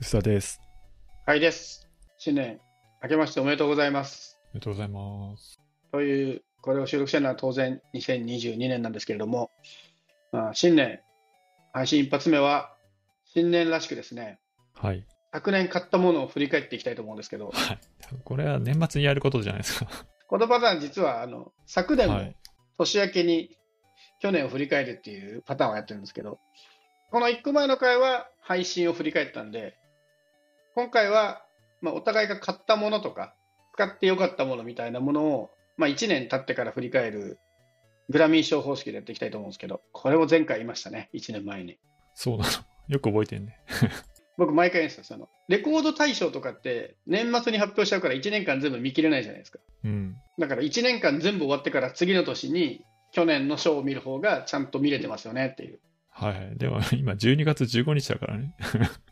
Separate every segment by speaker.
Speaker 1: うさです。あ
Speaker 2: はいです。新年明けましておめでとうございます。
Speaker 1: りがとうございます。
Speaker 2: という、これを収録してるのは当然2022年なんですけれども、まあ、新年、配信一発目は、新年らしくですね、
Speaker 1: はい。
Speaker 2: 昨年買ったものを振り返っていきたいと思うんですけど、
Speaker 1: はい。これは年末にやることじゃないです か。
Speaker 2: このパターン実は、あの、昨年
Speaker 1: は
Speaker 2: も
Speaker 1: い。
Speaker 2: 年明けに去年を振り返るっていうパターンをやってるんですけど、この1個前の回は配信を振り返ったんで、今回は、まあ、お互いが買ったものとか、使ってよかったものみたいなものを、まあ、1年経ってから振り返るグラミー賞方式でやっていきたいと思うんですけど、これも前回言いましたね、1年前に。
Speaker 1: そうなの。よく覚えてんね。
Speaker 2: 僕、毎回言うんですよ、その、レコード大賞とかって、年末に発表しちゃうから1年間全部見切れないじゃないですか。
Speaker 1: うん。
Speaker 2: だから1年間全部終わってから次の年に去年の賞を見る方がちゃんと見れてますよねっていう。
Speaker 1: はいはい。でも今12月15日だからね。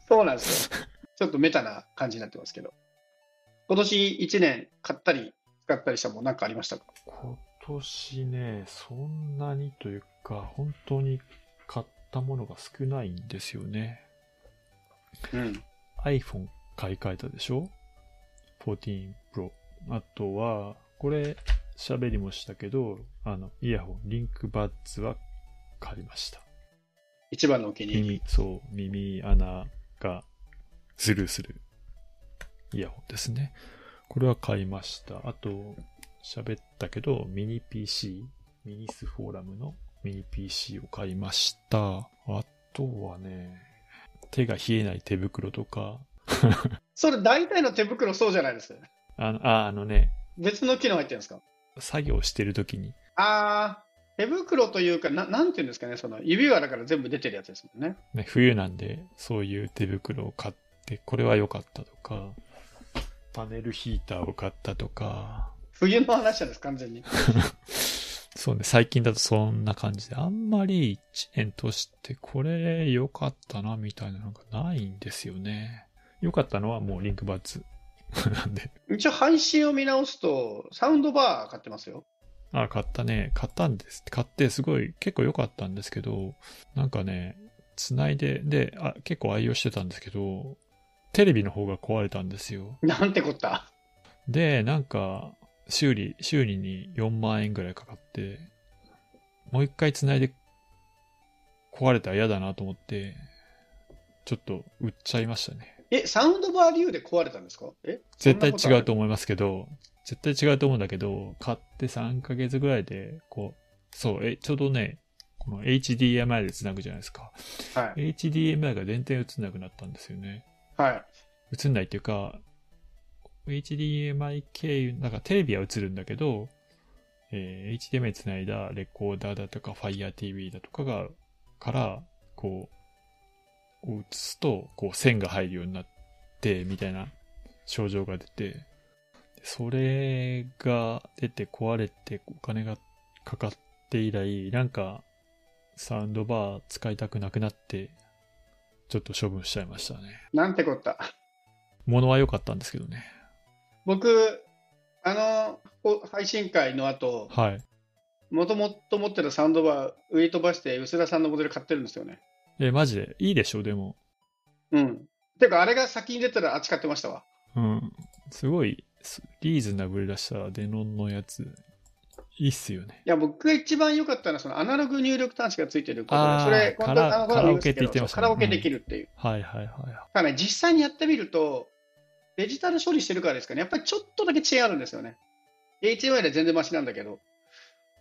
Speaker 2: そうなんですよ。ちょっとメタな感じになってますけど。今年1年買ったり使ったりしたもんなんかありましたか
Speaker 1: 今年ね、そんなにというか、本当に買ったものが少ないんですよね。
Speaker 2: うん。
Speaker 1: iPhone 買い替えたでしょ ?14 Pro。あとは、これ、喋りもしたけど、あの、イヤホン、リンクバッツは買いました。
Speaker 2: 一番のお気に入り。
Speaker 1: 耳、そう、耳穴がスルーするイヤホンですね。これは買いました。あと、喋ったけど、ミニ PC、ミニスフォーラムのミニ PC を買いました。あとはね、手が冷えない手袋とか、
Speaker 2: それ大体の手袋そうじゃないですか。
Speaker 1: あの、ああのね、
Speaker 2: 別の機能入ってるんですか
Speaker 1: 作業してる時に、
Speaker 2: あー、手袋というか、ななんていうんですかね、その指はだから全部出てるやつですもんね。
Speaker 1: ね、冬なんで、そういう手袋を買って、これは良かったとか、パネルヒーターを買ったとか、
Speaker 2: 冬の話なんです、完全に。
Speaker 1: そうね、最近だとそんな感じで、あんまり一年としてこれ良かったなみたいなのがないんですよね。良かったのはもうリンクバッツ なんで。
Speaker 2: 一応配信を見直すと、サウンドバー買ってますよ。
Speaker 1: あ、買ったね。買ったんです。買ってすごい結構良かったんですけど、なんかね、繋いで、で、あ、結構愛用してたんですけど、テレビの方が壊れたんですよ。
Speaker 2: なんてこった。
Speaker 1: で、なんか、修理、修理に4万円ぐらいかかって、もう一回繋いで壊れたら嫌だなと思って、ちょっと売っちゃいましたね。
Speaker 2: え、サウンドバー理由で壊れたんですかえ
Speaker 1: 絶対
Speaker 2: そん
Speaker 1: 違
Speaker 2: なことある
Speaker 1: うと思いますけど、絶対違うと思うんだけど、買って3ヶ月ぐらいで、こう、そう、え、ちょうどね、この HDMI で繋ぐじゃないですか。
Speaker 2: は
Speaker 1: HDMI が全然映んなくなったんですよね。
Speaker 2: い。はい。
Speaker 1: 映んないっていうか、HDMI 経由、なんかテレビは映るんだけど、えー HDMI つないだレコーダーだとか FireTV だとかが、から、こう、こう映すと、こう線が入るようになって、みたいな症状が出て、でそれが出て壊れてお金がかかって以来、なんかサウンドバー使いたくなくなって、ちょっと処分しちゃいましたね。
Speaker 2: なんてこった。
Speaker 1: 物は良かったんですけどね。
Speaker 2: 僕、あの、お配信会の後、
Speaker 1: はい。
Speaker 2: もともと持ってたサウンドバー、上に飛ばして、薄田さんのモデル買ってるんですよね。
Speaker 1: え、マジで。いいでしょ、でも。
Speaker 2: うん。てか、あれが先に出たら、あっち買ってましたわ。
Speaker 1: うん。すごい、すリーズナブルだしたデノンのやつ、いいっすよね。
Speaker 2: いや、僕が一番良かったのは、そのアナログ入力端子がついてること
Speaker 1: あ
Speaker 2: で
Speaker 1: ー、
Speaker 2: それ、
Speaker 1: カ
Speaker 2: 本
Speaker 1: ラ
Speaker 2: 当にあの
Speaker 1: カラオケって言ってましたね
Speaker 2: カラオケできるっていう。
Speaker 1: はいはいはい。
Speaker 2: ただね、実際にやってみると、デジタル処理してるからですかね、やっぱりちょっとだけ遅延あるんですよね。HMI で全然マシなんだけど。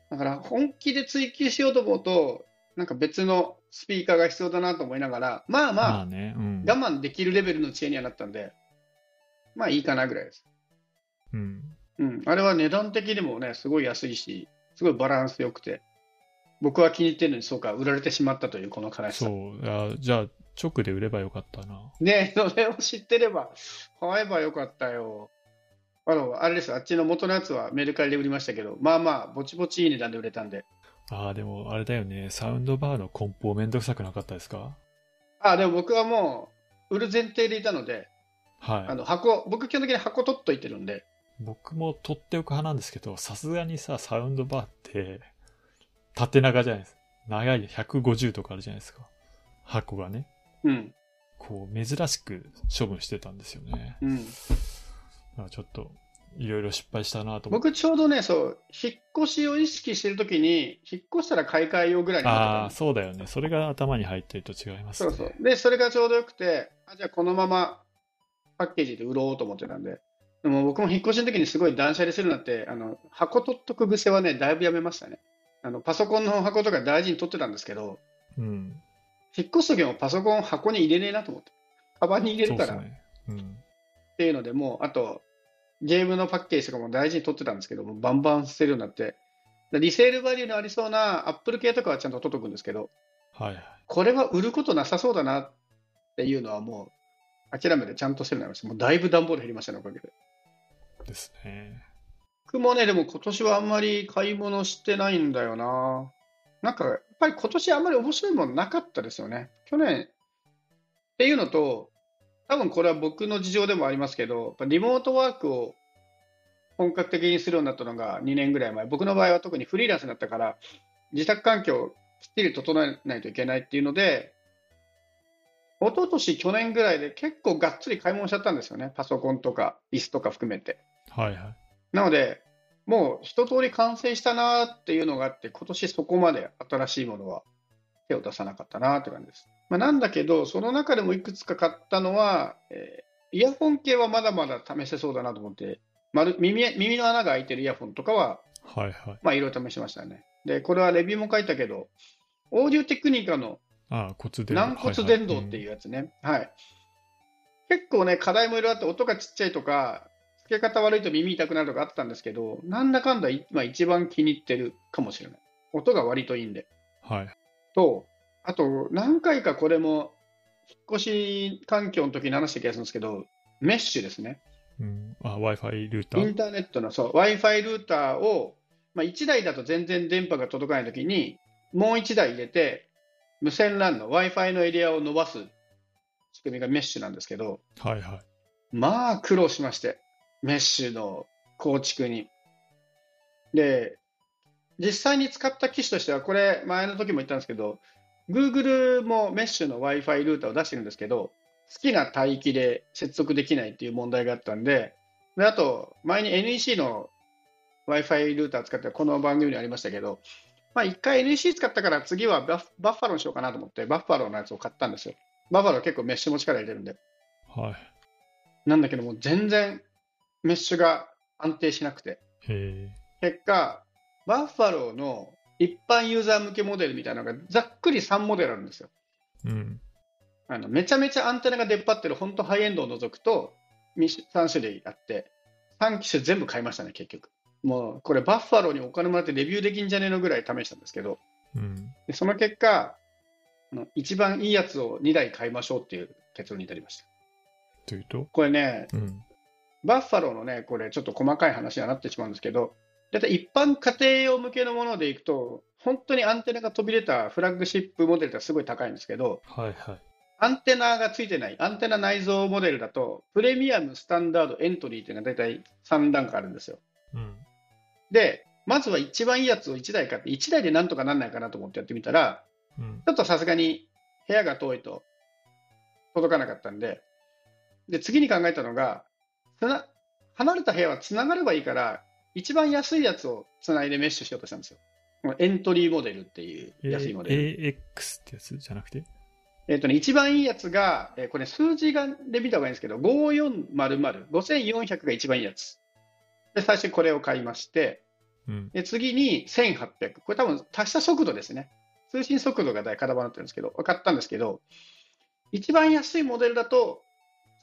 Speaker 2: だから本気で追求しようと思うと、なんか別のスピーカーが必要だなと思いながら、ま
Speaker 1: ま
Speaker 2: あま
Speaker 1: あ
Speaker 2: あ、
Speaker 1: ね、うん。
Speaker 2: 我慢できるレベルの遅延にはなったんで、まあいいかなぐらいです。
Speaker 1: うん。
Speaker 2: うん、あれは値段的にもね、すごい安いし、すごいバランス良くて、僕は気に入ってるのに、そうか、売られてしまったというこの悲しさ。
Speaker 1: そう。あじゃあ、直で売ればよかったな。
Speaker 2: ねえ、そ れを知ってれば、買えばよかったよ。あの、あれです、あっちの元のやつはメルカリで売りましたけど、まあまあ、ぼちぼちいい値段で売れたんで。
Speaker 1: ああ、でも、あれだよね。サウンドバーの梱包めんどくさくなかったですか
Speaker 2: あ、でも僕はもう、売る前提でいたので、あ
Speaker 1: は
Speaker 2: の箱、僕基本的に箱取っといてるんで、
Speaker 1: い。僕も取っておく派なんですけど、さすがにさ、サウンドバーって、縦長じゃないですか。長い150とかあるじゃないですか。箱がね。
Speaker 2: うん。
Speaker 1: こう、珍しく処分してたんですよね。
Speaker 2: うん。
Speaker 1: まあちょっと、いろいろ失敗したなと思って。
Speaker 2: 僕ちょうどね、そう、引っ越しを意識してるときに、引っ越したら買い替えようぐらいに
Speaker 1: あ
Speaker 2: な
Speaker 1: あ、
Speaker 2: って
Speaker 1: そうだよね。それが頭に入ってると違いま
Speaker 2: た。
Speaker 1: す
Speaker 2: そう
Speaker 1: ね。
Speaker 2: そう。で、それがちょうどよくて、あじゃあこのままパッケージで売ろうと思ってたんで。でも僕も引っ越しの時にすごい断捨離するなって、あの、箱取っとく癖はね、だいぶやめましたね。あの、パソコンの箱とか大事に取ってたんですけど、
Speaker 1: うん。
Speaker 2: 引っ越す時もパソコンを箱に入れねえなと思って。カバンに入れ
Speaker 1: そ
Speaker 2: る
Speaker 1: う
Speaker 2: か
Speaker 1: で
Speaker 2: ら
Speaker 1: す
Speaker 2: っ
Speaker 1: ね。うん。
Speaker 2: ていうので、もう、あと、ゲームのパッケージとかも大事に取ってたんですけど、もうバンバン捨てるようになって。でリセールバリューのありそうなアップル系とかはちゃんと取っとくんですけど、
Speaker 1: はいはい。
Speaker 2: これは売ることなさそうだなっていうのはもう諦めてちゃんと捨てるようになりました。もうだいぶ段ボール減りましたね、おかげで。
Speaker 1: ですね。
Speaker 2: 僕もね、でも今年はあんまり買い物してないんだよな。なんか、やっぱり今年あんまり面白いものなかったですよね。去年っていうのと、多分これは僕の事情でもありますけど、やっぱリモートワークを本格的にするようになったのが2年ぐらい前。僕の場合は特にフリーランスだったから、自宅環境をきっちり整えないといけないっていうので、一昨年去年ぐらいで結構がっつり買い物しちゃったんですよね。パソコンとか椅子とか含めて。
Speaker 1: はいはい。
Speaker 2: なので、もう一通り完成したなーっていうのがあって、今年そこまで新しいものは手を出さなかったなーって感じです。まあ、なんだけど、その中でもいくつか買ったのは、えーイヤホン系はまだまだ試せそうだなと思って、丸耳耳の穴が開いてるイヤホンとかは、
Speaker 1: はいはい。
Speaker 2: まあ、いろいろ試しましたね。で、これはレビューも書いたけど、オーディオテクニカの
Speaker 1: ああ、骨伝導。
Speaker 2: 軟骨伝導っていう
Speaker 1: う。
Speaker 2: やつね。はい。結構ね、課題もいろいろあって、音がちっちゃいとか、付け方悪いと耳痛くなるとかあったんですけど、なんだかんだ今一番気に入ってるかもしれない。音が割といいんで。
Speaker 1: んはい。
Speaker 2: と、あと、何回かこれも、引っ越し環境の時に話した気がするんですけど、メッシュですね。
Speaker 1: うん。あ、Wi-Fi ルータ
Speaker 2: イン
Speaker 1: ー。
Speaker 2: ターネットの、そう、Wi-Fi ルーターを、まあ、1台だと全然電波が届かないときに、もう1台入れて、無線 LAN の Wi-Fi のエリアを伸ばす仕組みがメッシュなんですけど、
Speaker 1: はいはい。
Speaker 2: まあ苦労しまして、メッシュの構築に。で、実際に使った機種としては、これ、前の時も言ったんですけど、Google もメッシュの Wi-Fi ルーターを出してるんですけど、好きな帯域で接続できないっていう問題があったんで、であと、前に NEC の Wi-Fi ルーター使って、この番組にありましたけど、まあ、一回 NEC 使ったから次はバッバッファローにしようかなと思って、バッファローのやつを買ったんですよ。バッファロー結構メッシュも力入れるんで。
Speaker 1: はい。
Speaker 2: なんだけども、全然メッシュが安定しなくて。
Speaker 1: へ
Speaker 2: 結果、バッファローの一般ユーザー向けモデルみたいなのがざっくり3モデルあるんですよ。
Speaker 1: え。うん。
Speaker 2: あのめちゃめちゃアンテナが出っ張ってる本当ハイエンドを除くとみ3種類あって3機種全部買いましたね結局もうこれバッファローにお金もらってレビューできんじゃねえのぐらい試したんですけど
Speaker 1: うん。
Speaker 2: でその結果あの一番いいやつを2台買いましょうっていう結論に至りました
Speaker 1: というと。
Speaker 2: これね
Speaker 1: うん。
Speaker 2: バッファローのね、これちょっと細かい話にはなってしまうんですけど、だいたい一般家庭用向けのものでいくと、本当にアンテナが飛び出たフラッグシップモデルってすごい高いんですけど、
Speaker 1: はいはい。
Speaker 2: アンテナがついてない、アンテナ内蔵モデルだと、プレミアム、スタンダード、エントリーっていうのがだいたい3段階あるんですよ。
Speaker 1: うん。
Speaker 2: で、まずは一番いいやつを1台買って、1台でなんとかなんないかなと思ってやってみたら、
Speaker 1: うん。
Speaker 2: ちょっとさすがに部屋が遠いと届かなかったんで、で、次に考えたのが、つな離れた部屋はつながればいいから、一番安いやつをつないでメッシュしようとしたんですよ。このエントリーモデルっていう安いモデル。えっ、
Speaker 1: A- AX ってやつじゃなくて
Speaker 2: とね、一番いいやつが、えーこれ数字がで見た方がいいんですけど、5400、5400が一番いいやつ。で、最初にこれを買いまして、
Speaker 1: うん。
Speaker 2: で次に1800、これ多分達した速度ですね。通信速度が大型版になってるんですけど、分かったんですけど、一番安いモデルだと、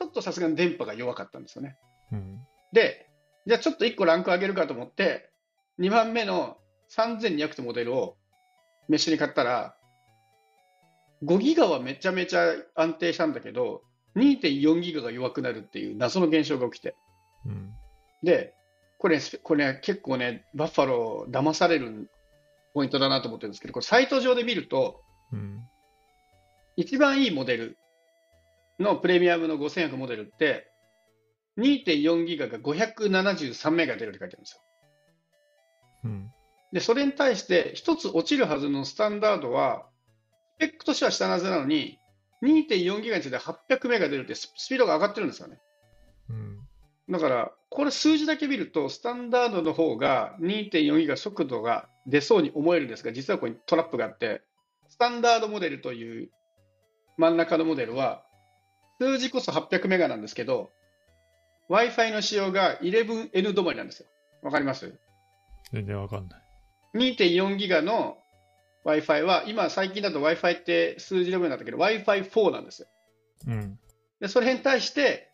Speaker 2: ちょっとさすがに電波が弱かったんですよね。
Speaker 1: うん。
Speaker 2: で、じゃあちょっと1個ランク上げるかと思って、2番目の3200ってモデルをメッシュに買ったら、5ギガはめちゃめちゃ安定したんだけど、2.4ギガが弱くなるっていう謎の現象が起きて。
Speaker 1: うん。
Speaker 2: で、これ、これね結構ね、バッファロー騙されるポイントだなと思ってるんですけど、これサイト上で見ると、
Speaker 1: うん。
Speaker 2: 一番いいモデルのプレミアムの5100モデルって、2.4ギガが573メガ出るって書いてあるんですよ。
Speaker 1: うん。
Speaker 2: で、それに対して、一つ落ちるはずのスタンダードは、スペックとしては下のはずなのに、 2.4ギガについて800メガ出るってススピードが上がってるんですよね。
Speaker 1: うん。
Speaker 2: だから、これ数字だけ見ると、スタンダードの方が2.4ギガ速度が出そうに思えるんですが、実はここにトラップがあって、スタンダードモデルという真ん中のモデルは、数字こそ800メガなんですけど、Wi-Fi の仕様が 11N 止まりなんですよ。わかります
Speaker 1: 全然わかんない。
Speaker 2: 2.4ギガの Wi-Fi は、今最近だと Wi-Fi って数字レベルになったけど、Wi-Fi4 なんですよ。
Speaker 1: うん。
Speaker 2: で、それに対して、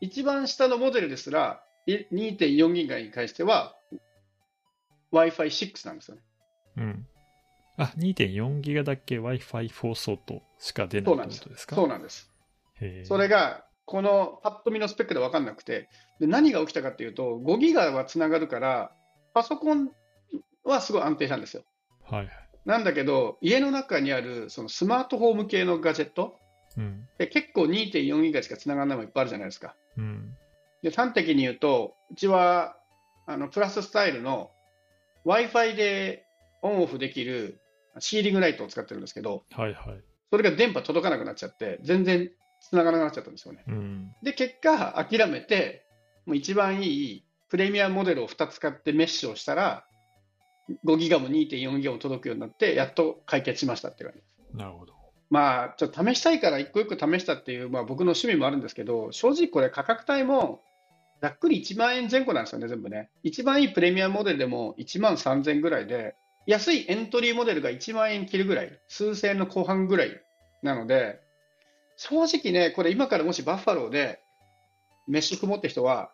Speaker 2: 一番下のモデルですら、い2.4ギガに関しては、Wi-Fi6 なんですよね。
Speaker 1: うん。あ、2.4ギガだけ Wi-Fi4 相当しか出な
Speaker 2: そ
Speaker 1: いうっ
Speaker 2: な
Speaker 1: てこ
Speaker 2: んです
Speaker 1: とですか
Speaker 2: そうなんです。
Speaker 1: へー
Speaker 2: それが、このパッと見のスペックで分かんなくて、で何が起きたかっていうと、5ギガはつながるから、パソコンはすごい安定したんですよ。
Speaker 1: はいはい。
Speaker 2: なんだけど、家の中にあるそのスマートフォーム系のガジェット、
Speaker 1: うん。
Speaker 2: で結構2.4ギガしかつながらないものいっぱいあるじゃないですか。
Speaker 1: うん。
Speaker 2: で端的に言うと、うちはあのプラススタイルの Wi-Fi でオンオフできるシーリングライトを使ってるんですけど、
Speaker 1: はいはい。
Speaker 2: それが電波届かなくなっちゃって、全然繋がらなくなっちゃったんですよね。
Speaker 1: うん。
Speaker 2: で、結果、諦めて、もう一番いいプレミアムモデルを2つ買ってメッシュをしたら、5ギガも2.4ギガも届くようになって、やっと解決しましたって感じ。
Speaker 1: なるほど。
Speaker 2: まあ、ちょっと試したいから一個一個試したっていう、まあ、僕の趣味もあるんですけど、正直これ価格帯もざっくり1万円前後なんですよね、全部ね。一番いいプレミアムモデルでも1万3000円ぐらいで、安いエントリーモデルが1万円切るぐらい、数千円の後半ぐらいなので、正直ね、これ今からもしバッファローでメッシュ曇って人は、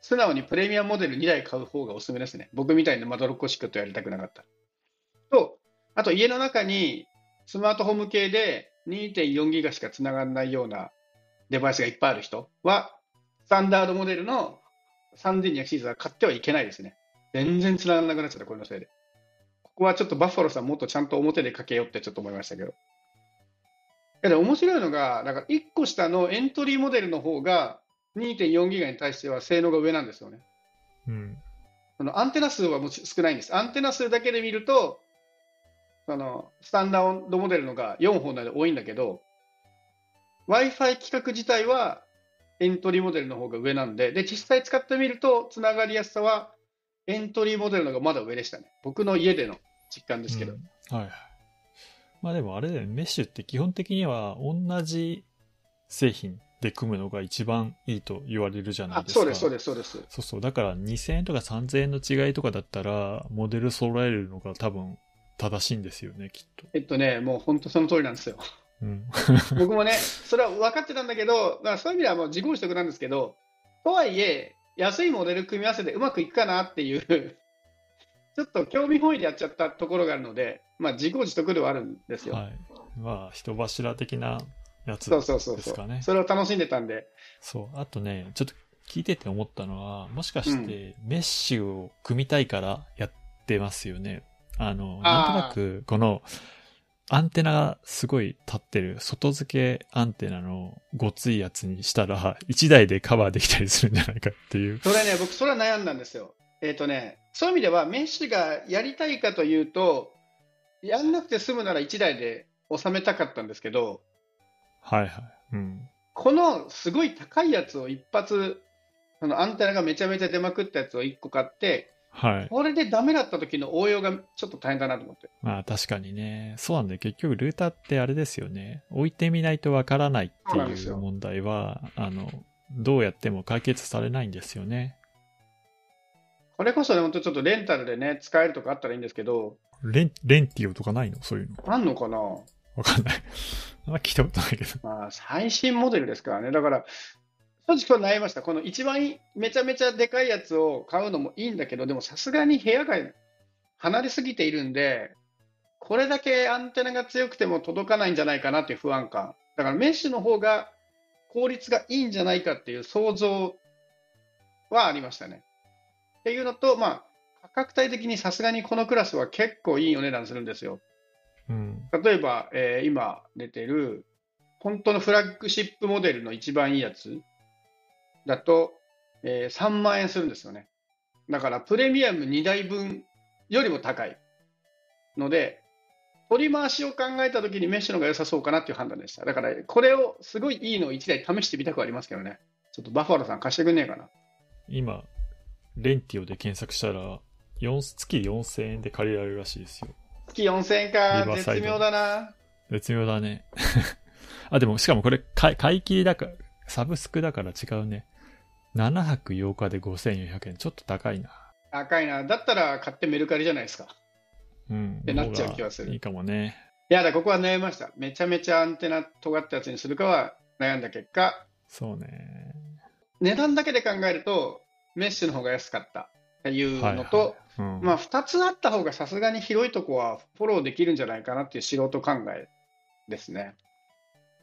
Speaker 2: 素直にプレミアムモデル2台買う方がおすすめですね。僕みたいにまどろっこしくとやりたくなかった。と、あと家の中にスマートフォーム系で2.4ギガしかつながらないようなデバイスがいっぱいある人は、スタンダードモデルの3200シリーズは買ってはいけないですね。全然つながらなくなっちゃった、これのせいで。ここはちょっとバッファローさんもっとちゃんと表でかけようってちょっと思いましたけど。いやでも面白いのが、だから1個下のエントリーモデルの方が2.4ギガに対しては性能が上なんですよね。
Speaker 1: うん。
Speaker 2: そのアンテナ数はもち少ないんです。アンテナ数だけで見ると、そのスタンダードモデルのが4本なので多いんだけど、Wi-Fi 規格自体はエントリーモデルの方が上なんで、で、実際使ってみると、つながりやすさはエントリーモデルのがまだ上でしたね。僕の家での実感ですけ
Speaker 1: う
Speaker 2: ど。
Speaker 1: んはいはい。まあでもあれだよね、メッシュって基本的には同じ製品で組むのが一番いいと言われるじゃない
Speaker 2: あ、
Speaker 1: ですか。
Speaker 2: そうです、そうです、そうです。
Speaker 1: そうそう。だから2000円とか3000円の違いとかだったら、モデル揃えるのが多分正しいんですよね、きっと。
Speaker 2: えっとね、もう本当その通りなんですよ。
Speaker 1: うん。
Speaker 2: 僕もね、それは分かってたんだけど、まあ、そういう意味ではもう自業自得なんですけど、とはいえ、安いモデル組み合わせてうまくいくかなっていう、 ちょっと興味本位でやっちゃったところがあるので、まあ、自業自得ではあるんですよ。
Speaker 1: はい。まあ、人柱的なやつ
Speaker 2: そうそうそう
Speaker 1: です
Speaker 2: そ
Speaker 1: か
Speaker 2: う、
Speaker 1: ね
Speaker 2: それを楽しんでたんで、
Speaker 1: そう。あとね、ちょっと聞いてて思ったのは、もしかしてメッシュを組みたいからやってますよね。あの、なんとなく、この、アンテナがすごい立ってる、外付けアンテナのごついやつにしたら、1台でカバーできたりするんじゃないかっていう。
Speaker 2: それね、僕、それは悩んだんですよ。えっ、とね、そういう意味では、メッシュがやりたいかというと、やんなくて済むなら1台で収めたかったんですけど、
Speaker 1: はいはい。うん。
Speaker 2: このすごい高いやつを一発、そのアンテナがめちゃめちゃ出まくったやつを1個買って、
Speaker 1: はい。
Speaker 2: これでダメだった時の応用がちょっと大変だなと思って。
Speaker 1: まあ確かにね。そうなんで、結局ルーターってあれですよね。置いてみないとわからないっ
Speaker 2: そ
Speaker 1: て
Speaker 2: うなんです
Speaker 1: いう
Speaker 2: よ
Speaker 1: 問題は、あの、どうやっても解決されないんですよね。
Speaker 2: これこそね、ほんとちょっとレンタルでね、使えるとかあったらいいんですけど、
Speaker 1: レン、レンティオとかないのそういうの。
Speaker 2: あんのかな
Speaker 1: わかんない。 あんま聞いたことないけど。
Speaker 2: まあ、最新モデルですからね。だから、正直これ悩みました。この一番いいめちゃめちゃでかいやつを買うのもいいんだけど、でもさすがに部屋が離れすぎているんで、これだけアンテナが強くても届かないんじゃないかなっていう不安感。だからメッシュの方が効率がいいんじゃないかっていう想像はありましたね。っていうのと、まあ、価格帯的にさすがにこのクラスは結構いいお値段するんですよ。
Speaker 1: うん。
Speaker 2: 例えば、えー今出てる、本当のフラッグシップモデルの一番いいやつだと、えー3万円するんですよね。だから、プレミアム2台分よりも高いので、取り回しを考えたときにメッシュのが良さそうかなっていう判断でした。だから、これをすごいいいのを1台試してみたくはありますけどね。ちょっとバファローさん貸してくんねえかな。
Speaker 1: 今、レンティオで検索したら、4月4000円で借りられるらしいですよ。
Speaker 2: 月4000円
Speaker 1: リ
Speaker 2: か、
Speaker 1: バーサイ
Speaker 2: 絶
Speaker 1: ド
Speaker 2: 妙だな。
Speaker 1: 絶妙だね。 あ、でも、しかもこれ、買い買い切りだから、サブスクだから違うね。7泊8日で5400円。ちょっと高いな。
Speaker 2: 赤いな。だったら買ってメルカリじゃないですか。
Speaker 1: うん。
Speaker 2: てなっちゃう気はする
Speaker 1: いいかもね。
Speaker 2: いやだ、ここは悩みました。めちゃめちゃアンテナ尖ったやつにするかは悩んだ結果、
Speaker 1: そうね。
Speaker 2: 値段だけで考えると、メッシュの方が安かったっていうのと、
Speaker 1: はいはい、うん。
Speaker 2: まあ、2つあった方がさすがに広いとこはフォローできるんじゃないかなっていう素人考えですね。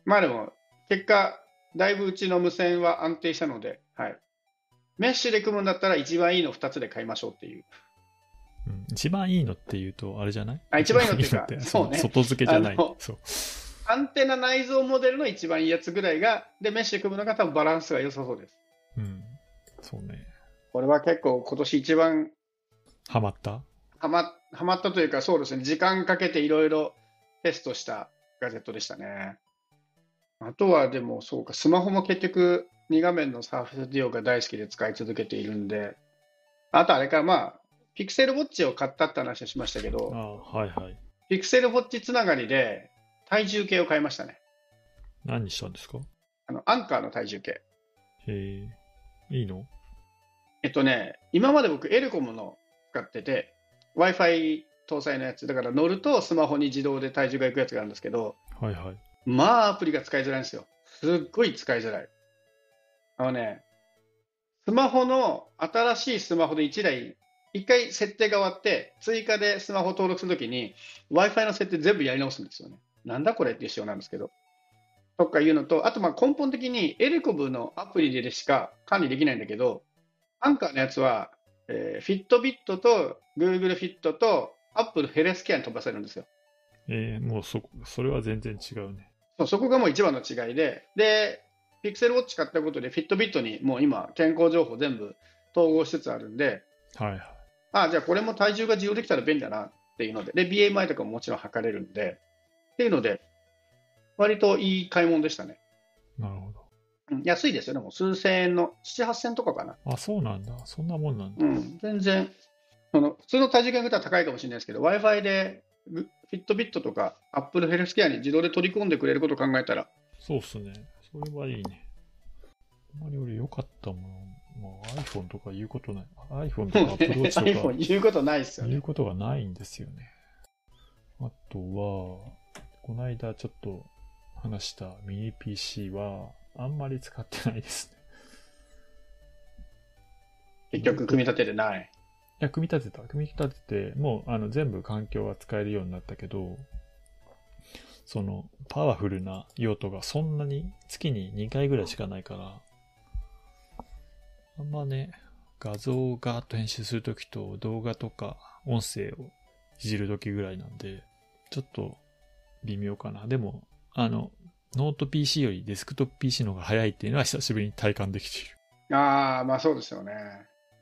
Speaker 2: まあでも、結果、だいぶうちの無線は安定したので、はい、メッシュで組むんだったら一番いいの2つで買いましょうっていう。
Speaker 1: うん一番いいのって言うと、あれじゃない
Speaker 2: あ一番いいのっていうか
Speaker 1: 一番
Speaker 2: そうね
Speaker 1: の外付けじゃない
Speaker 2: あの。
Speaker 1: そう。
Speaker 2: アンテナ内蔵モデルの一番いいやつぐらいが、で、メッシュで組むのが多分バランスが良さそうです。
Speaker 1: うん。そうね。
Speaker 2: これは結構今年一番
Speaker 1: ハマった
Speaker 2: ハマハマったというか、そうですね、時間かけていろいろテストしたガジェットでしたね。あとはでも、そうか、スマホも結局、2画面のサーフェスディオが大好きで使い続けているんで、あとあれから、まあ、ピクセルウォッチを買ったって話をしましたけ
Speaker 1: あ
Speaker 2: ど、
Speaker 1: あ、はいはい。
Speaker 2: ピクセルウォッチつながりで、体重計を買いましたね。
Speaker 1: 何したんですか
Speaker 2: あのアンカーの体重計。
Speaker 1: へえ。いいの
Speaker 2: えっとね、今まで僕、エルコムの使ってて、Wi-Fi 搭載のやつ、だから乗るとスマホに自動で体重がいくやつがあるんですけど、
Speaker 1: はいはい。
Speaker 2: まあ、アプリが使いづらいんですよ。すっごい使いづらい。あのね、スマホの、新しいスマホで1台、1回設定が終わって、追加でスマホ登録するときに、Wi-Fi の設定全部やり直すんですよね。なんだこれっていう仕様なんですけど。とかいうのと、あとまあ根本的にエレコブのアプリでしか管理できないんだけど、アンカーのやつは、えー、Fitbit と Google Fit と Apple ヘルスケアに飛ばせるんですよ。
Speaker 1: えー、もうそこ、それは全然違うね。
Speaker 2: そうそこがもう一番の違いで、で、ピクセルウォッチ買ったことで、フィットビットにもう今、健康情報全部統合しつつあるんで、
Speaker 1: はいはい。
Speaker 2: あじゃあこれも体重が自由できたら便利だなっていうので、で、BMI とかももちろん測れるんで、っていうので、割といい買い物でしたね。
Speaker 1: なるほど。
Speaker 2: うん安いですよね、もう数千円の、7、8000円とかかな。
Speaker 1: あ、そうなんだ。そんなもんなんだ。
Speaker 2: うん、全然、その普通の体重計に比べたら高いかもしれないですけど、Wi-Fi でフィットビットとか Apple ヘルスケアに自動で取り込んでくれることを考えたら、
Speaker 1: そうっすね。それはいいね。あんまり俺良かったもの、まあ、iPhone とか言うことない。iPhone とか Apple Watch とか
Speaker 2: iPhone 言うことないですよね
Speaker 1: 言う。ことがないんですよね。あとは、この間ちょっと話したミニ PC は、あんまり使ってないですね。
Speaker 2: 結局組み立ててない。
Speaker 1: いや、組み立てた。組み立てて、もうあの全部環境は使えるようになったけど、そのパワフルな用途がそんなに月に2回ぐらいしかないから、あんまね、画像をガーッと編集するときと動画とか音声をいじるときぐらいなんで、ちょっと微妙かな。でも、あの、ノート PC よりデスクトップ PC の方が早いっていうのは久しぶりに体感できている。
Speaker 2: ああ、まあそうですよね。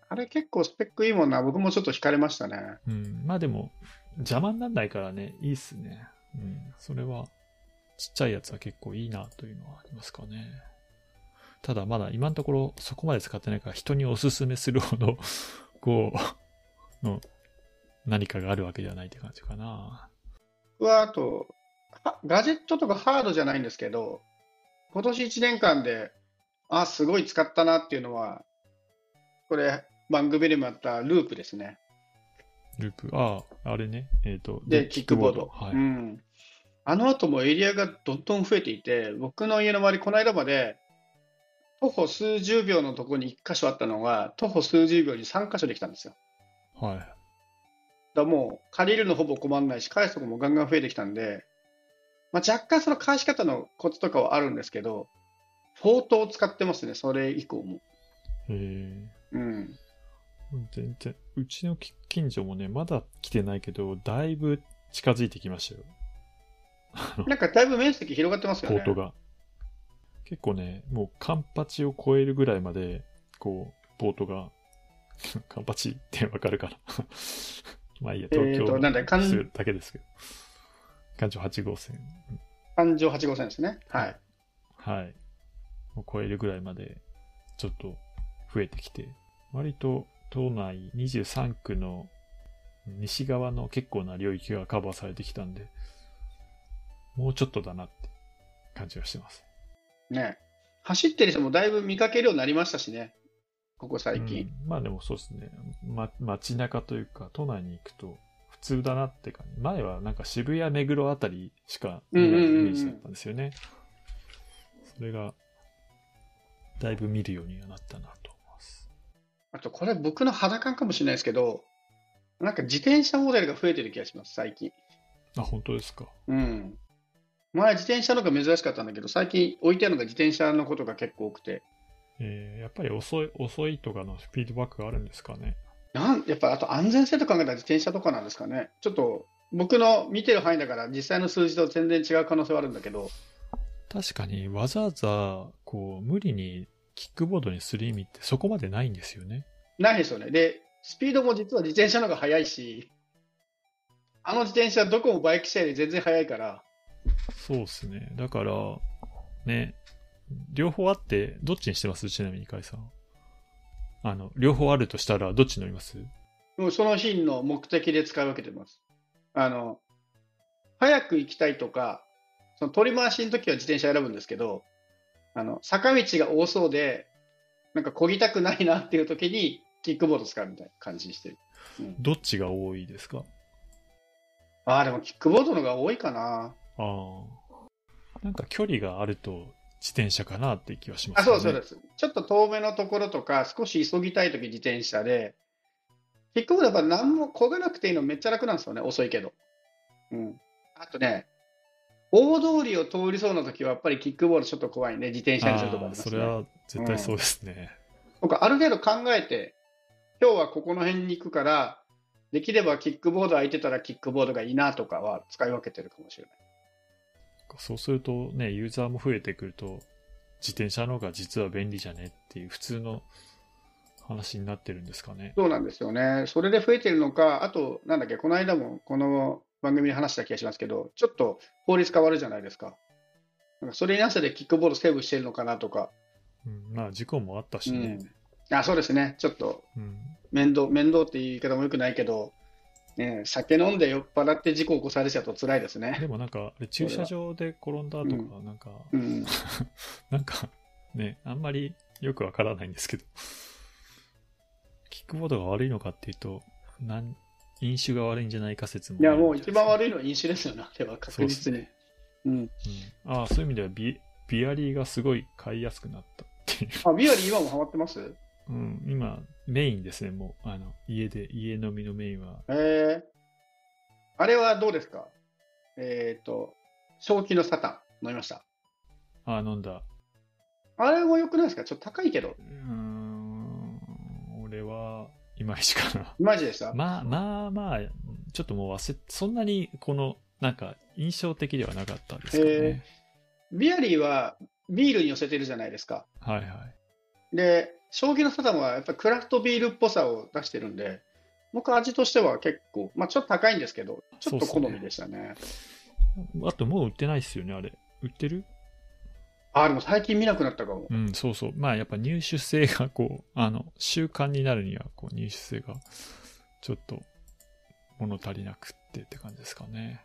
Speaker 2: あれ結構スペックいいもんな。僕もちょっと惹かれましたね。
Speaker 1: うん、まあでも、邪魔にならないからね、いいっすね。うん、それは、ちっちゃいやつは結構いいなというのはありますかね。ただまだ今のところそこまで使ってないから人におすすめするほど、 こう、の何かがあるわけではないって感じかな。
Speaker 2: 僕はあと、はガジェットとかハードじゃないんですけど、今年1年間で、あすごい使ったなっていうのは、これ、番組でもあったループですね。
Speaker 1: ループ、ああ、あれね、えっ、と、
Speaker 2: で、キックボード。
Speaker 1: は
Speaker 2: う
Speaker 1: い。
Speaker 2: ん。あの後もエリアがどんどん増えていて、僕の家の周り、この間まで、徒歩数十秒のとこに1箇所あったのが、徒歩数十秒に3箇所できたんですよ。
Speaker 1: はい。
Speaker 2: だからもう借りるのほぼ困んないし、返すとこもガンガン増えてきたんで、まあ、若干その返し方のコツとかはあるんですけど、相当使ってますね、それ以降も。
Speaker 1: えー
Speaker 2: うん。
Speaker 1: 全然、うちのき近所もね、まだ来てないけど、だいぶ近づいてきましたよ。
Speaker 2: なんかだいぶ面積広がってますよ
Speaker 1: ポ
Speaker 2: ね。
Speaker 1: ートが。結構ね、もうカンパチを超えるぐらいまで、こう、ポートが、 カンパ チってわかるかな。まあいいや、
Speaker 2: えー
Speaker 1: 東
Speaker 2: と
Speaker 1: 京
Speaker 2: なんだかん
Speaker 1: するだけですけど。環状8号線。
Speaker 2: 環状8号線ですね。はい。
Speaker 1: はい。を超えるぐらいまで、ちょっと増えてきて、割と島内23区の西側の結構な領域がカバーされてきたんで、もうちょっとだなって感じがしてます。
Speaker 2: ね。走ってる人もだいぶ見かけるようになりましたしね。ここ最近。
Speaker 1: うんまあでもそうですね、ま、街中というか都内に行くと普通だなって感じ前はなんか渋谷目黒あたりしか見ないイメージだったんですよね、それがだいぶ見るようにはなったなと思います
Speaker 2: あと、これ僕の肌感かもしれないですけど、なんか自転車モデルが増えてる気がします、最近。
Speaker 1: あ本当ですか
Speaker 2: うん。前自転車の方が珍しかったんだけど、最近置いてあるのが自転車のことが結構多くて、
Speaker 1: えーやっぱり遅い遅いとかのフィードバックがあるんですかね
Speaker 2: なんやっぱりあと安全性と考えたら自転車とかなんですかね。ちょっと僕の見てる範囲だから実際の数字と全然違う可能性はあるんだけど、
Speaker 1: 確かにわざわざこう無理にキックボードにする意味ってそこまでないんですよね
Speaker 2: ないですよね。で、スピードも実は自転車の方が速いし、あの自転車どこもバイク車より全然速いから、
Speaker 1: そうですね。だから、ね、両方あって、どっちにしてますちなみに、カイさん。あの、両方あるとしたら、どっちに乗ります
Speaker 2: もうその日の目的で使い分けてます。あの、早く行きたいとか、その取り回しの時は自転車選ぶんですけど、あの、坂道が多そうで、なんか漕ぎたくないなっていう時に、キックボード使うみたいな感じにしてる。
Speaker 1: どっちが多いですか
Speaker 2: ああ、でもキックボードの方が多いかな。
Speaker 1: ああ。なんか距離があると、自転車かなって気はしま
Speaker 2: あ、
Speaker 1: す、ね。
Speaker 2: そうそうです。ちょっと遠めのところとか、少し急ぎたいとき自転車で、キックボードやっぱ何も焦がなくていいのめっちゃ楽なんですよね、遅いけど。うん。あとね、大通りを通りそうなときはやっぱりキックボードちょっと怖いね、自転車にするとかあ
Speaker 1: あ
Speaker 2: り
Speaker 1: ー
Speaker 2: ます
Speaker 1: そ
Speaker 2: ね。
Speaker 1: れは絶対そうですね。
Speaker 2: 僕ある程度考えて、今日はここの辺に行くから、できればキックボード空いてたらキックボードがいいなとかは使い分けてるかもしれない。
Speaker 1: そうするとね、ユーザーも増えてくると、自転車の方が実は便利じゃねっていう普通の話になってるんですかね。
Speaker 2: そうなんですよね。それで増えてるのか、あと、なんだっけ、この間もこの番組で話した気がしますけど、ちょっと法律変わるじゃないですか。なんかそれに合わせてキックボードセーブしてるのかなとか、
Speaker 1: うん、まあ、事故もあったしね。
Speaker 2: あそうですね、ちょっと
Speaker 1: うん
Speaker 2: 面倒面倒っていう言い方もよくないけど、ね、酒飲んで酔っ払って事故起こされちゃうと辛いですね。
Speaker 1: でもなんか、あれ駐車場で転んだとか、なんか、
Speaker 2: うん、
Speaker 1: なんか、ね、あんまりよくわからないんですけど、キックボードが悪いのかっていうと、なん飲酒が悪いんじゃないか説も。
Speaker 2: いや、もう一番
Speaker 1: 悪い
Speaker 2: 悪いのは飲酒ですよね、あれは確実に。うん、
Speaker 1: じゃないですか。うんああ、そういう意味ではビ、ビアリーがすごい買いやすくなったっていう。
Speaker 2: あビオリ今もハマってます
Speaker 1: うん、今、メインですね、もう。あの、家で、家飲みのメインは。
Speaker 2: えー、あれはどうですかえっ、と、正気のサタン飲みました。
Speaker 1: ああ、飲んだ。
Speaker 2: あれも良くないですかちょっと高いけど
Speaker 1: う。ーん、俺は、いまいちかな。
Speaker 2: マジでした、
Speaker 1: まあまあまあ、ちょっともう忘れ、そんなにこの、なんか印象的ではなかったですかね。
Speaker 2: ビアリーはビールに寄せてるじゃないですか。
Speaker 1: はいはい。
Speaker 2: で、将棋のサタンはやっぱりクラフトビールっぽさを出してるんで、僕味としては結構、まあちょっと高いんですけど、ちょっと好みでしたね。
Speaker 1: あともう売ってないですよね、あれ。売ってる
Speaker 2: あ、でも最近見なくなったかも。
Speaker 1: うん、そうそう。まあやっぱ入手性がこう、あの、習慣になるには、こう、入手性が、ちょっと、物足りなくってって感じですかね。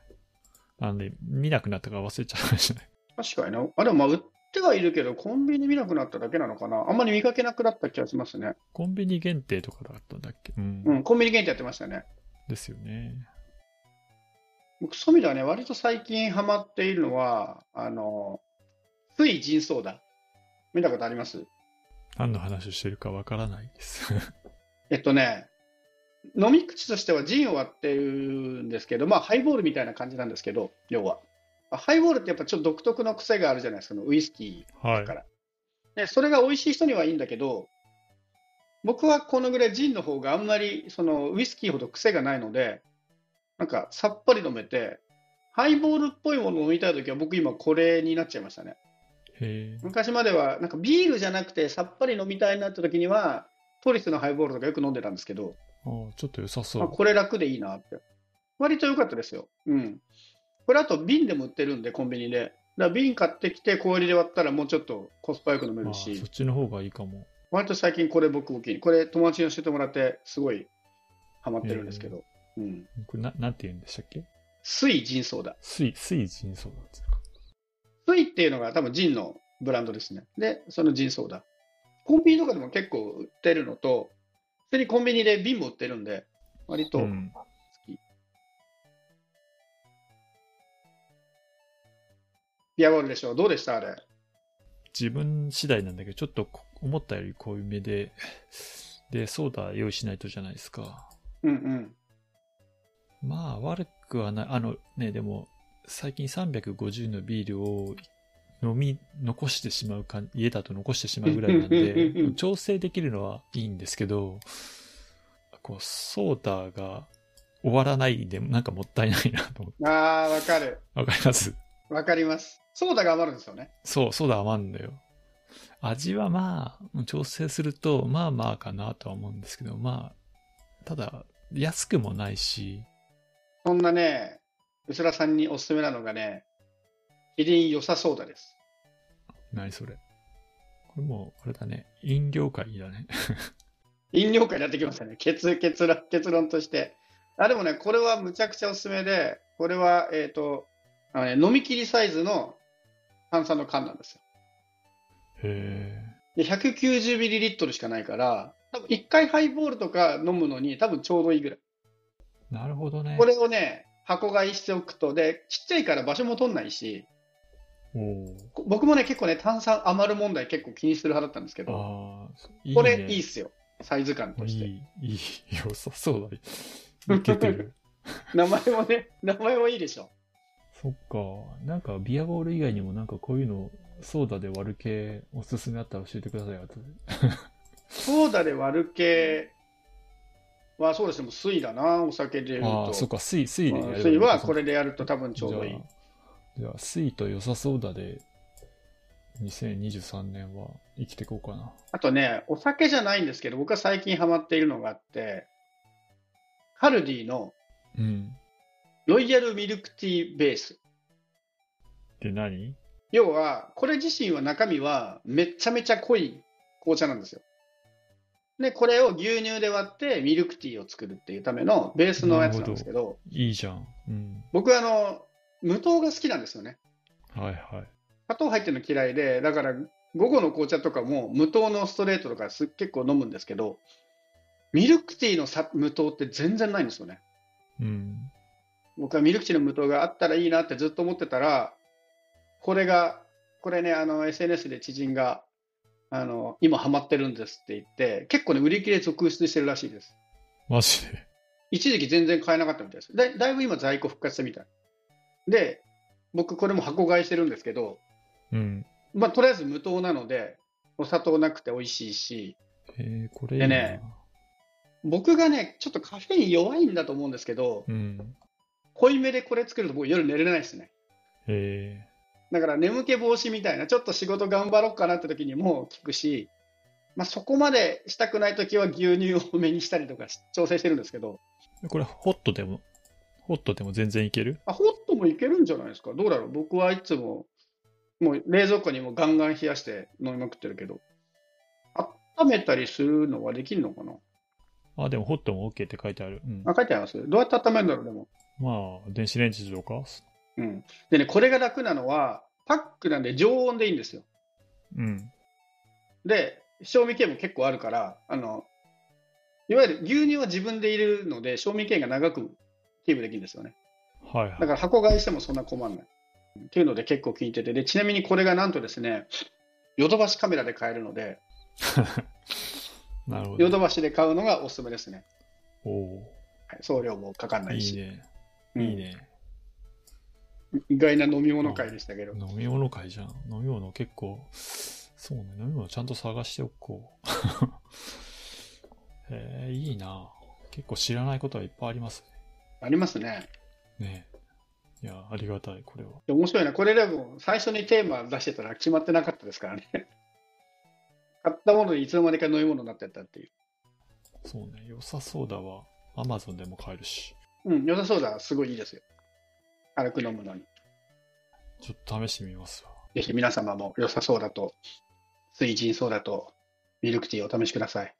Speaker 1: なんで、見なくなったから忘れちゃいましたね。
Speaker 2: 確かにな。あ、でもまあ売ってはいるけど、コンビニ見なくなっただけなのかな。あんまり見かけなくなった気がしますね。
Speaker 1: コンビニ限定とかだったんだっけうん。
Speaker 2: うん、コンビニ限定やってましたね。
Speaker 1: ですよね。
Speaker 2: 僕、そういう意味ではね、割と最近ハマっているのは、あの、水人相だ。見たことあります
Speaker 1: 何の話をしてるかわからないです。
Speaker 2: えっとね、飲み口としてはジンを割ってるんですけど、まあ、ハイボールみたいな感じなんですけど、要は。ハイボールってやっぱちょっと独特の癖があるじゃないですか、ウイスキ
Speaker 1: は
Speaker 2: ー
Speaker 1: い
Speaker 2: か。ら。でそれが美味しい人にはいいんだけど、僕はこのぐらいジンの方があんまりそのウイスキーほど癖がないので、なんかさっぱり飲めて、ハイボールっぽいものを飲みたいときは僕今これになっちゃいましたね。
Speaker 1: へえ。
Speaker 2: 昔まではなんかビールじゃなくてさっぱり飲みたいなって時にはトリスのハイボールとかよく飲んでたんですけど、
Speaker 1: ああ、ちょっと良さそ
Speaker 2: あ
Speaker 1: う。
Speaker 2: これ楽でいいなって割と良かったですよ、うん、これあと瓶でも売ってるんで、コンビニで。だから瓶買ってきて氷で割ったらもうちょっとコスパよく飲め
Speaker 1: まあ
Speaker 2: る
Speaker 1: そ
Speaker 2: し
Speaker 1: っ、ちの方がいいかも。
Speaker 2: 割と最近これ僕お気に入りこれ友達に教えてもらって、すごいハマってるんですけど。うん。
Speaker 1: これななんて言うんでしたっけ
Speaker 2: 水ジンソーダ。
Speaker 1: 水、水人相談ですか。
Speaker 2: 水っていうのが多分ジンのブランドですね。で、そのジンソーダ。コンビニとかでも結構売ってるのと、普通にコンビニで瓶も売ってるんで、割と好
Speaker 1: ん。
Speaker 2: き。ビアボールでしょう。どうでしたあれ。
Speaker 1: 自分次第なんだけど、ちょっとこ思ったより濃いめで、 で、ソーダ用意しないとじゃないですか。
Speaker 2: うんうん。
Speaker 1: まあ、悪くはない。あのね、でも、最近350のビールを飲み、残してしまうか、家だと残してしまうぐらいなん
Speaker 2: うんうんうんう
Speaker 1: で、
Speaker 2: ん
Speaker 1: 調整できるのはいいんですけど、こう、ソーダが終わらないで、なんかもったいないなと思って。
Speaker 2: ああ、わかる。
Speaker 1: わかります
Speaker 2: わかります。ソーダが余るんですよね。
Speaker 1: そう、そうだ、余るんだよ。味はまあ、調整すると、まあまあかなとは思うんですけど、まあ、ただ、安くもないし、
Speaker 2: そんなね、薄田さんにおすすめなのがね、キリン良さソーダです。
Speaker 1: 何それ。これもう、あれだね、飲料会だね。
Speaker 2: 飲料会になってきましたね。結結論結論として。あ、でもね、これはむちゃくちゃおすすめで、これは、えっ、と、あのね、飲み切りサイズの炭酸の缶なんですよ。
Speaker 1: へ
Speaker 2: で、190ml しかないから、多分1回ハイボールとか飲むのに多分ちょうどいいぐらい。
Speaker 1: え。なるほどね。
Speaker 2: これをね、箱買いしておくと、で、ちっちゃいから場所も取んないし、
Speaker 1: おお
Speaker 2: こ僕もね、結構ね、炭酸余る問題結構気にする派だったんですけど、
Speaker 1: ああ、いいね
Speaker 2: これいいっすよ。サイズ感と
Speaker 1: い
Speaker 2: して。
Speaker 1: い、いい、良さそうだ。いけて る。
Speaker 2: 名前もね、名前もいいでしょ。
Speaker 1: そっか。なんか、ビアボール以外にもなんかこういうの、ソーダで割る系おすすめあったら教えてください、後で。
Speaker 2: ソーダで割る系はそうですね、もう水だな、お酒で言う
Speaker 1: ああ、
Speaker 2: と。
Speaker 1: そっか、水、水でや
Speaker 2: ま
Speaker 1: れ
Speaker 2: あ
Speaker 1: ばいい
Speaker 2: 水
Speaker 1: のか
Speaker 2: はこれでやると多分ちょうどいい。
Speaker 1: じゃあ、じゃあ水と良さそうだで、2023年は生きていこうかな。
Speaker 2: あとね、お酒じゃないんですけど、僕は最近ハマっているのがあって、カルディの
Speaker 1: うん。
Speaker 2: ロイヤルミルクティーベース。
Speaker 1: で、何
Speaker 2: 要は、これ自身は中身はめちゃめちゃ濃い紅茶なんですよ。で、これを牛乳で割ってミルクティーを作るっていうためのベースのやつなんですけど、
Speaker 1: いいじゃん。うん。
Speaker 2: 僕はあの、無糖が好きなんですよね。
Speaker 1: はいはい。
Speaker 2: 砂糖入ってるの嫌いで、だから午後の紅茶とかも無糖のストレートとかす結構飲むんですけど、ミルクティーのさ無糖って全然ないんですよね。
Speaker 1: うん。
Speaker 2: 僕はミルクティーの無糖があったらいいなってずっと思ってたら、これが、これね、あの、SNS で知人が、あの、今ハマってるんですって言って、結構ね、売り切れ続出してるらしいです。
Speaker 1: マジで。
Speaker 2: 一時期全然買えなかったみたいです。だだいぶ今在庫復活したみたい。で、僕これも箱買いしてるんですけど、
Speaker 1: うん。
Speaker 2: まあ、とりあえず無糖なので、お砂糖なくて美味しいし、
Speaker 1: えー、これいいな。
Speaker 2: でね僕がね、ちょっとカフェイン弱いんだと思うんですけど、
Speaker 1: うん。
Speaker 2: 濃いめでこれ作ると僕夜寝れないですね。
Speaker 1: え
Speaker 2: だから眠気防止みたいな、ちょっと仕事頑張ろうかなって時にも効くし、まあ、そこまでしたくない時は牛乳を多めにしたりとかし調整してるんですけど、
Speaker 1: ー、これホットでも、ホットでも全然いける
Speaker 2: あホットもいけるんじゃないですか。どうだろう僕はいつも、もう冷蔵庫にもガンガン冷やして飲みまくってるけど、温めたりするのはできるのかな
Speaker 1: あ、でもホットも OK って書いてある。うん。
Speaker 2: あ、書いてありますどうやって温めるんだろうでも。
Speaker 1: まあ、電子レンジとか
Speaker 2: うん、でね、これが楽なのは、パックなんで常温でいいんですよ。
Speaker 1: うん。
Speaker 2: で、賞味期限も結構あるから、あの、いわゆる牛乳は自分で入れるので、賞味期限が長くキープできるんですよね。
Speaker 1: はいはい。
Speaker 2: だから箱買いしてもそんな困らない。っていうので結構効いてて、で、ちなみにこれがなんとですね、ヨドバシカメラで買えるので、
Speaker 1: なるほ
Speaker 2: ヨ
Speaker 1: ど。
Speaker 2: ドバシで買うのがおすすめですね。
Speaker 1: お
Speaker 2: はい送料もかかん
Speaker 1: お
Speaker 2: ない
Speaker 1: いい
Speaker 2: し。
Speaker 1: ね。
Speaker 2: うん
Speaker 1: いいね。
Speaker 2: 意外な飲み物会でしたけど。
Speaker 1: 飲み物会じゃん。飲み物結構、そうね、飲み物ちゃんと探しておこう。 へえ、いいな。結構知らないことはいっぱいあります
Speaker 2: ありますね。
Speaker 1: ね。ねえいや、ありがたい、これは。
Speaker 2: で面白いな。これでも最初にテーマ出してたら決まってなかったですからね。 買ったものにいつの間にか飲み物になってったっていう。
Speaker 1: そうね、良さそうだわ。アマゾンでも買えるし。
Speaker 2: うん、良さそうだ。すごいいいですよ。軽く飲むのに。
Speaker 1: ちょっと試してみますわ。
Speaker 2: ぜひ皆様も良さそうだと、水人そうだと、ミルクティーをお試しください。